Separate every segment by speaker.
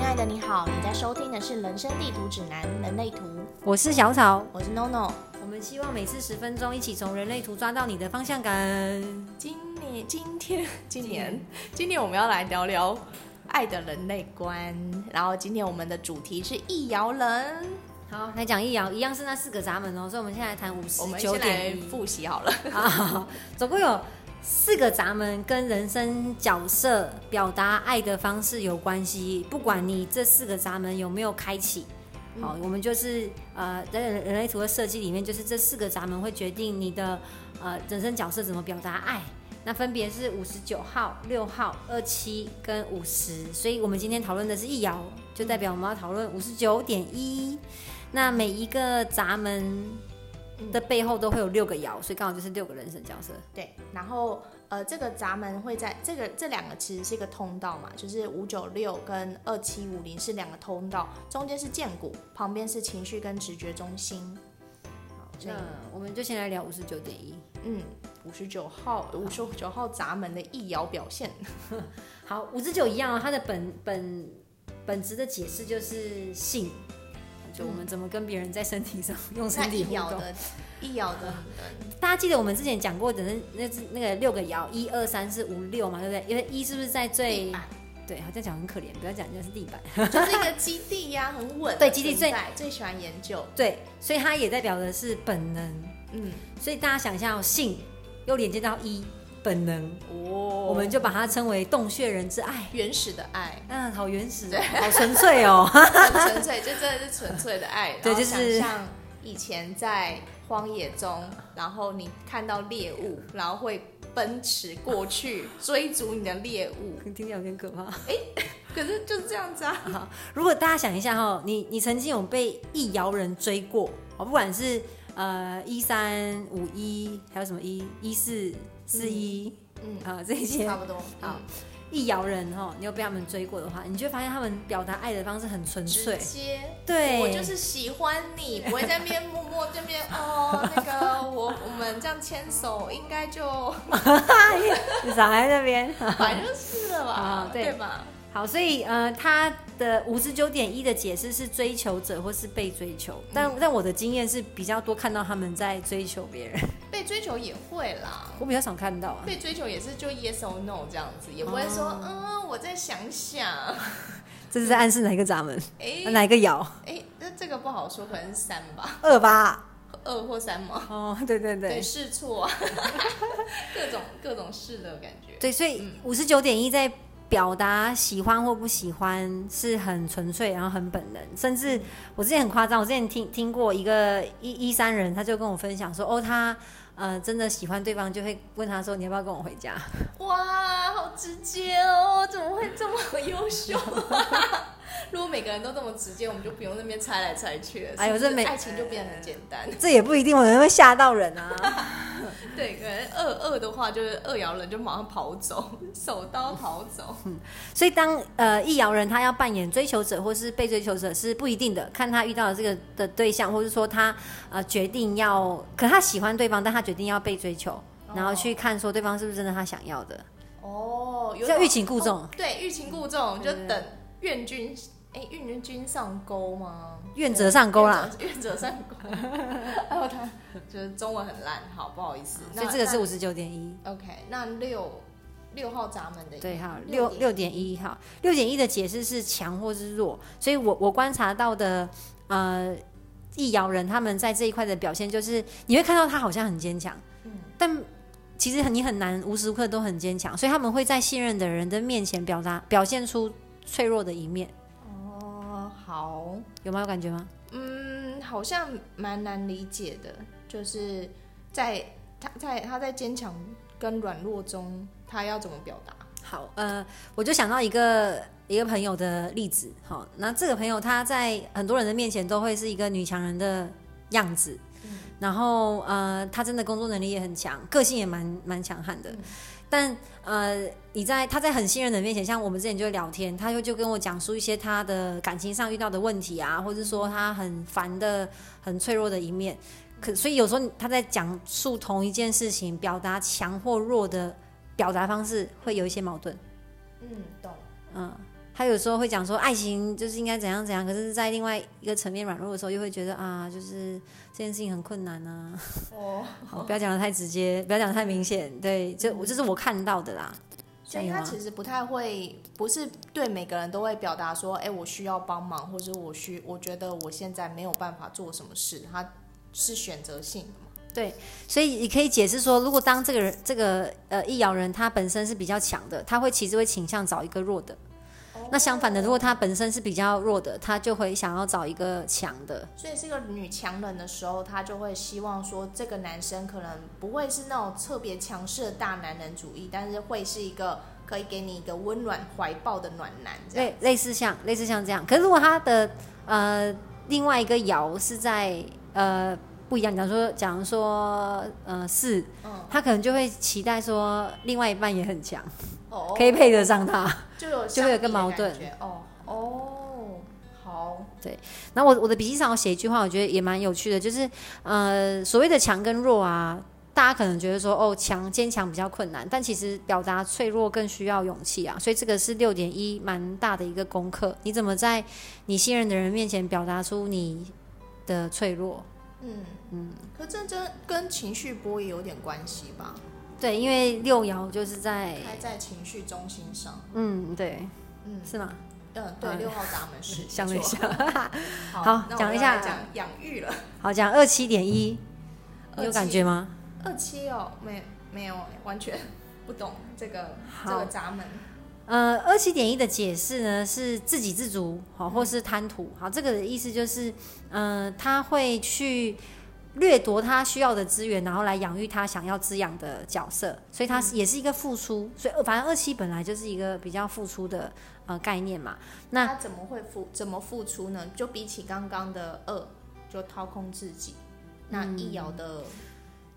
Speaker 1: 爱的你好，你在收听的是《人生地图指南：人类图》，
Speaker 2: 我是小草，
Speaker 1: 我是 NONO。
Speaker 2: 我们希望每次十分钟，一起从人类图抓到你的方向感。
Speaker 1: 今年、今天、今年、今年我们要来聊聊爱的人类观。然后今天我们的主题是易遥人，
Speaker 2: 好，来讲一爻，一样是那四个闸门哦，所以我们现在来谈五十
Speaker 1: 我们
Speaker 2: 九
Speaker 1: 先来
Speaker 2: 点一
Speaker 1: 复习好了。
Speaker 2: 啊，总共有四个闸门跟人生角色表达爱的方式有关系。不管你这四个闸门有没有开启，好，我们就是呃，在人人类图的设计里面，就是这四个闸门会决定你的呃人生角色怎么表达爱。那分别是五十九号、六号、二七跟五十，所以我们今天讨论的是一爻，就代表我们要讨论五十九点一。那每一个闸门的背后都会有六个爻，所以刚好就是六个人生角色。
Speaker 1: 对，然后呃，这个闸门会在这个这两个其实是一个通道嘛，就是五九六跟二七五零是两个通道，中间是剑骨，旁边是情绪跟直觉中心。所以
Speaker 2: 那我们就先来聊五十九点一。
Speaker 1: 嗯，五十九号五十九号闸门的易爻表现，
Speaker 2: 好，五十九一样、哦，它的本本本质的解释就是性，就我们怎么跟别人在身体上用身
Speaker 1: 那
Speaker 2: 体
Speaker 1: 易
Speaker 2: 互
Speaker 1: 爻
Speaker 2: 动。
Speaker 1: 的易爻的，
Speaker 2: 大家记得我们之前讲过的那那只那个六个爻，一二三四五六嘛，对不对？因为一是不是在最
Speaker 1: 地板
Speaker 2: 对，好像讲很可怜，不要讲人家是地板。
Speaker 1: 就是一个基地呀、很稳的存在。
Speaker 2: 对基地最
Speaker 1: 最喜欢研究，
Speaker 2: 对，所以它也代表的是本能。
Speaker 1: 嗯，
Speaker 2: 所以大家想一下、哦，性又连接到一本能，
Speaker 1: 哦
Speaker 2: 我们就把它称为洞穴人之爱。
Speaker 1: 原始的爱，
Speaker 2: 嗯，好原始、哦，好纯粹 哦。
Speaker 1: 很纯粹，就真的是纯粹的爱。
Speaker 2: 对
Speaker 1: 然后
Speaker 2: 就是
Speaker 1: 想象以前在荒野中，然后你看到猎物，然后会奔驰过 去追逐你的猎物。
Speaker 2: 听起来有点可怕。
Speaker 1: 可是就是这样子啊，
Speaker 2: 嗯如果大家想一下哈、哦，你你曾经有被一摇人追过哦，不管是呃一三五一，还有什么一一四四一
Speaker 1: 嗯，
Speaker 2: 啊这些嗯
Speaker 1: 差不多。
Speaker 2: 好一摇人哈、哦，你有被他们追过的话，你就会发现他们表达爱的方式很纯
Speaker 1: 嗯，
Speaker 2: 粹
Speaker 1: 直。接。
Speaker 2: 对，
Speaker 1: 我就是喜欢你，不会在那边默默这边哦，那个我我们这样牵手应该就
Speaker 2: 傻在那边。
Speaker 1: 反正就是了吧
Speaker 2: 啊，对
Speaker 1: 对吧？
Speaker 2: 好，所以呃，他的五十九点一的解释是追求者或是被追求，但、但我的经验是比较多看到他们在追求别人，
Speaker 1: 被追求也会啦，
Speaker 2: 我比较少看到啊。
Speaker 1: 被追求也是就 yes or no 这样子，也不会说、嗯，我再想想，
Speaker 2: 这是在暗示哪一个闸门？啊
Speaker 1: 哎
Speaker 2: 哪一个爻？
Speaker 1: 哎，那这个不好说，可能是三吧，
Speaker 2: 二八。
Speaker 1: 二或三嘛，
Speaker 2: 哦，对对
Speaker 1: 对，
Speaker 2: 对
Speaker 1: 试 错啊，各种各种试的感觉，
Speaker 2: 对，所以五十九点一在表达喜欢或不喜欢是很纯粹，然后很本能。甚至我之前很夸张，我之前听听过一个一一三人，他就跟我分享说，哦，他呃真的喜欢对方，就会问他说，你要不要跟我回家？
Speaker 1: 哇，好直接哦，怎么会这么优秀、啊 如果每个人都这么直接，我们就不用那边猜来猜去了。
Speaker 2: 哎呦
Speaker 1: 是不是
Speaker 2: 这每
Speaker 1: 爱情就变得很简 单。
Speaker 2: 这也不一定，我能会吓到人啊。
Speaker 1: 对，可能二二的话，就是二摇人就马上跑走，手刀逃走。
Speaker 2: 所以当呃易遥人他要扮演追求者或是被追求者是不一定的，看他遇到的这个的对象，或是说他呃决定要，可他喜欢对方，但他决定要被追求， 然后去看说对方是不是真的他想要的。
Speaker 1: 哦，有
Speaker 2: 叫
Speaker 1: 种
Speaker 2: 欲擒故纵
Speaker 1: 哦对，欲擒故纵，就
Speaker 2: 对对对
Speaker 1: 等愿君，哎，愿君上钩吗？
Speaker 2: 愿者上钩啦
Speaker 1: 愿者，愿者上钩。 哎呦，他就是中文很烂，好不好意思。
Speaker 2: 所以
Speaker 1: 那
Speaker 2: 这个是
Speaker 1: 那
Speaker 2: 五十九点一。
Speaker 1: OK，那六六号闸门的
Speaker 2: 对，哈，
Speaker 1: 六
Speaker 2: 六六点一哈，六点一的解释是强或是弱，所以我我观察到的呃易遥人他们在这一块的表现，就是你会看到他好像很坚强，
Speaker 1: 嗯
Speaker 2: 但其实你很难无时无刻都很坚强，所以他们会在信任的人的面前表达表现出脆弱的一面，
Speaker 1: 哦，好，
Speaker 2: 有吗？有感觉吗？
Speaker 1: 嗯，好像蛮难理解的，就是在他在他在坚强跟软弱中，他要怎么表达？
Speaker 2: 好，呃，我就想到一个一个朋友的例子，好，那这个朋友她在很多人的面前都会是一个女强人的样子，然后呃，她真的工作能力也很强，个性也蛮蛮强悍的，但呃，你在她在很信任的人面前，像我们之前就会聊天，她就就跟我讲述一些她的感情上遇到的问题啊，或者说她很烦的、很脆弱的一面。可所以有时候她在讲述同一件事情，表达强或弱的表达方式会有一些矛盾。
Speaker 1: 嗯，懂。
Speaker 2: 嗯，他有时候会讲说爱情就是应该怎样怎样，可是，在另外一个层面软弱的时候，又会觉得啊，就是这件事情很困难啊。
Speaker 1: 哦，
Speaker 2: 好，不要讲的太直接，不要讲的太明显。对，这我这是我看到的啦。
Speaker 1: 所以
Speaker 2: 加油
Speaker 1: 他
Speaker 2: 啊
Speaker 1: 其实不太会，不是对每个人都会表达说，哎、我需要帮忙，或者我需，我觉得我现在没有办法做什么事，他是选择性的嘛。
Speaker 2: 所以你可以解释说，如果当这个人这个呃易遥人他本身是比较强的，他会其实会倾向找一个弱的。那相反的，如果他本身是比较弱的，他就会想要找一个强的。
Speaker 1: 所以是个女强人的时候，她就会希望说，这个男生可能不会是那种特别强势的大男人主义，但是会是一个可以给你一个温暖怀抱的暖男这样。
Speaker 2: 类类似像类似像这样。可是如果他的呃另外一个爻是在呃不一样，假如说假如说呃是，
Speaker 1: 嗯，
Speaker 2: 他可能就会期待说另外一半也很强，
Speaker 1: 哦，
Speaker 2: 可以配得上他。
Speaker 1: 就有
Speaker 2: 就
Speaker 1: 相
Speaker 2: 会有个
Speaker 1: 比的
Speaker 2: 矛
Speaker 1: 感
Speaker 2: 盾
Speaker 1: 觉。哦哦，好，
Speaker 2: 然后我我的笔记上有写一句话，我觉得也蛮有趣的，就是呃所谓的强跟弱啊。大家可能觉得说，哦，强坚强比较困难，但其实表达脆弱更需要勇气啊，所以这个是六点一蛮大的一个功课。你怎么在你信任的人面前表达出你的脆弱？
Speaker 1: 嗯嗯，可这真跟情绪波也有点关系吧？
Speaker 2: 对，因为六爻就是在，
Speaker 1: 还在情绪中心上。
Speaker 2: 嗯，对，
Speaker 1: 嗯
Speaker 2: 是吗？
Speaker 1: 嗯，对，
Speaker 2: 嗯
Speaker 1: 六号闸门是没
Speaker 2: 想了一
Speaker 1: 错
Speaker 2: 下，好
Speaker 1: 好，那我
Speaker 2: 讲
Speaker 1: 们
Speaker 2: 一
Speaker 1: 要来
Speaker 2: 下
Speaker 1: 讲养育了。
Speaker 2: 好，讲二七点一，你有感觉吗？
Speaker 1: 二七哦，没没有，完全 不懂这个这
Speaker 2: 好
Speaker 1: 个闸门。
Speaker 2: 呃，二七点一的解释呢是自给自足，好，或是贪图，好，这个的意思就是，呃，他会去掠夺他需要的资源，然后来养育他想要滋养的角色，所以他是也是一个付出，所以呃反正二七本来就是一个比较付出的呃概念嘛，那
Speaker 1: 他怎么会付怎么付出呢？就比起刚刚的二，就掏空自己。那
Speaker 2: 嗯
Speaker 1: 易遥的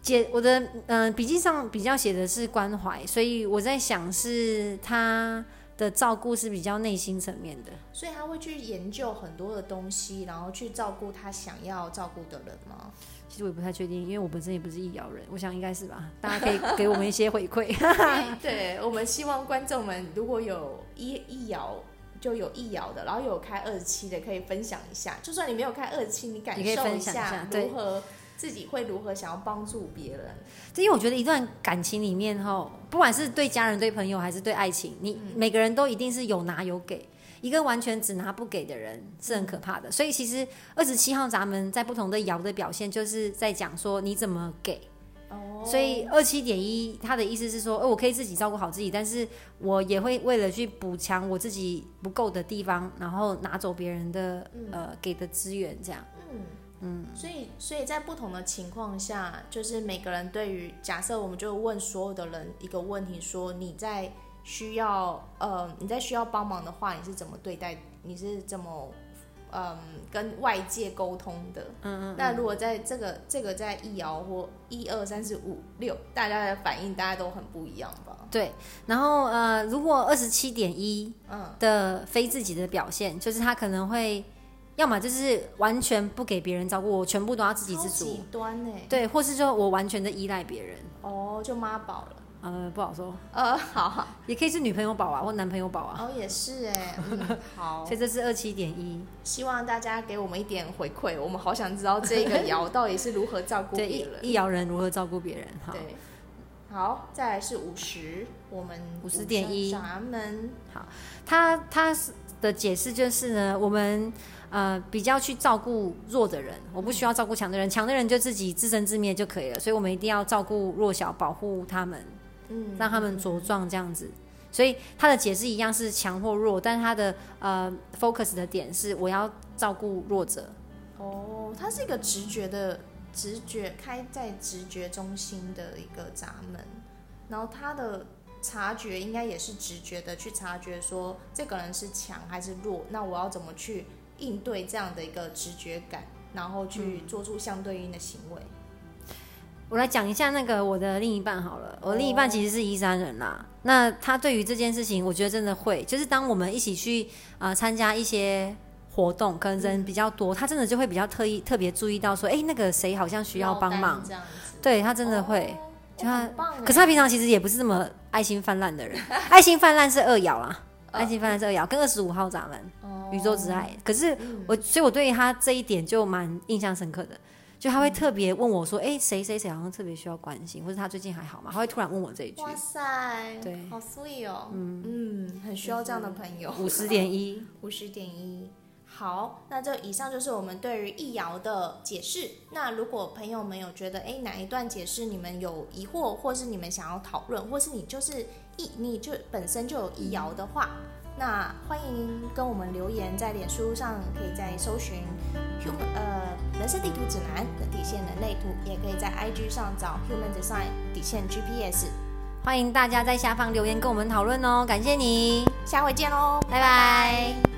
Speaker 2: 解我的嗯笔、记上比较写的是关怀，所以我在想是他的照顾是比较内心层面的。
Speaker 1: 所以他会去研究很多的东西，然后去照顾他想要照顾的人 吗？
Speaker 2: 其实我也不太确定，因为我本身也不是易遥人，我想应该是吧。大家可以给我们一些回馈。
Speaker 1: 对，我们希望观众们如果有一一爻就有一爻的，然后有开二期的，可以分享一下。就算你没有开二期，你感
Speaker 2: 你可以
Speaker 1: 受
Speaker 2: 分享一下对
Speaker 1: 如何自己会如何想要帮助别人。
Speaker 2: 因为我觉得一段感情里面哈，不管是对家人、对朋友还是对爱情，你每个人都一定是有拿有给。一个完全只拿不给的人是很可怕的，所以其实二十七号闸门在不同的爻的表现，就是在讲说你怎么给，
Speaker 1: 哦
Speaker 2: 所以嗯二七点一，他的意思是说，呃，我可以自己照顾好自己，但是我也会为了去补强我自己不够的地方，然后拿走别人的、呃给的资源，这样。
Speaker 1: 所以，所以在不同的情况下，就是每个人对于假设，我们就问所有的人一个问题：说你在需要呃你在需要帮忙的话，你是怎么对待？你是怎么嗯、跟外界沟通的？嗯嗯那如果在这个这个在一爻或一二三四五六，大家的反应大家都很不一样吧？
Speaker 2: 对，然后呃，如果二十七点一
Speaker 1: 嗯
Speaker 2: 的非自己的表现，就是他可能会，要么就是完全不给别人照顾，我全部都要自给自
Speaker 1: 超
Speaker 2: 足
Speaker 1: 极，端呢、
Speaker 2: 对，或是说我完全的依赖别人，
Speaker 1: 哦，就妈宝了。
Speaker 2: 呃，不好说，
Speaker 1: 呃，好，
Speaker 2: 也可以是女朋友宝啊，或男朋友宝啊，
Speaker 1: 哦也是哎、嗯，好
Speaker 2: 所。以这是二七点一。
Speaker 1: 希望大家给我们一点回馈，我们好想知道这个爻到底是如何照顾
Speaker 2: 对，
Speaker 1: 别
Speaker 2: 一
Speaker 1: 人。
Speaker 2: 一摇人如何照顾别人？好，
Speaker 1: 对，好，再来是五十，我们
Speaker 2: 50.1
Speaker 1: 咱们
Speaker 2: 他他是的解释就是呢，我们呃比较去照顾弱的人，我不需要照顾强的人，强的人就自己自生自灭就可以了，所以我们一定要照顾弱小，保护他们，
Speaker 1: 嗯，
Speaker 2: 让他们茁壮这样子。所以他的解释一样是强或弱，但是他的呃 focus 的点是我要照顾弱者，
Speaker 1: 哦，它是一个直觉的直觉开在直觉中心的一个闸门，然后它的察觉应该也是直觉的去察觉说这个人是强还是弱，那我要怎么去应对这样的一个直觉感，然后去
Speaker 2: 嗯
Speaker 1: 做出相对应的行为。
Speaker 2: 我来讲一下那个我的另一半好了，
Speaker 1: 哦
Speaker 2: 我另一半其实是宜山人啦。那他对于这件事情，我觉得真的会，就是当我们一起去啊参加一些活动，可能人比较多，他真的就会比较特意特别注意到说，哎、那个谁好像需要帮
Speaker 1: 落单
Speaker 2: 忙，
Speaker 1: 这样子，
Speaker 2: 对他真的会。
Speaker 1: 哦，
Speaker 2: 就他
Speaker 1: 哦很棒欸
Speaker 2: 可是他平常其实也不是这么爱心泛滥的人，爱心泛滥是二爻啦，爱情发展是二爻跟二十五号闸门，
Speaker 1: 哦
Speaker 2: 宇宙之爱。可是
Speaker 1: 嗯
Speaker 2: 我，所以我对他这一点就蛮印象深刻的。就他会特别问我
Speaker 1: 嗯
Speaker 2: 说：“哎、谁谁谁好像特别需要关心，或者他最近还好吗？”他会突然问我这一句
Speaker 1: 哇塞，
Speaker 2: 对
Speaker 1: 好 sweet 哦，嗯嗯，很需要这样的朋友。：“
Speaker 2: 五十点一，
Speaker 1: 五十点一。好，那这以上就是我们对于易爻的解释。那如果朋友们有觉得，诶哪一段解释你们有疑惑，或是你们想要讨论，或是你就是易，你就本身就有易爻的话，那欢迎跟我们留言，在脸书上可以再搜寻 human 呃人生地图指南的底线人类图，也可以在 IG 上找 human design 底线 GPS。
Speaker 2: 欢迎大家在下方留言跟我们讨论哦，感谢你，
Speaker 1: 下回见喽，
Speaker 2: 拜拜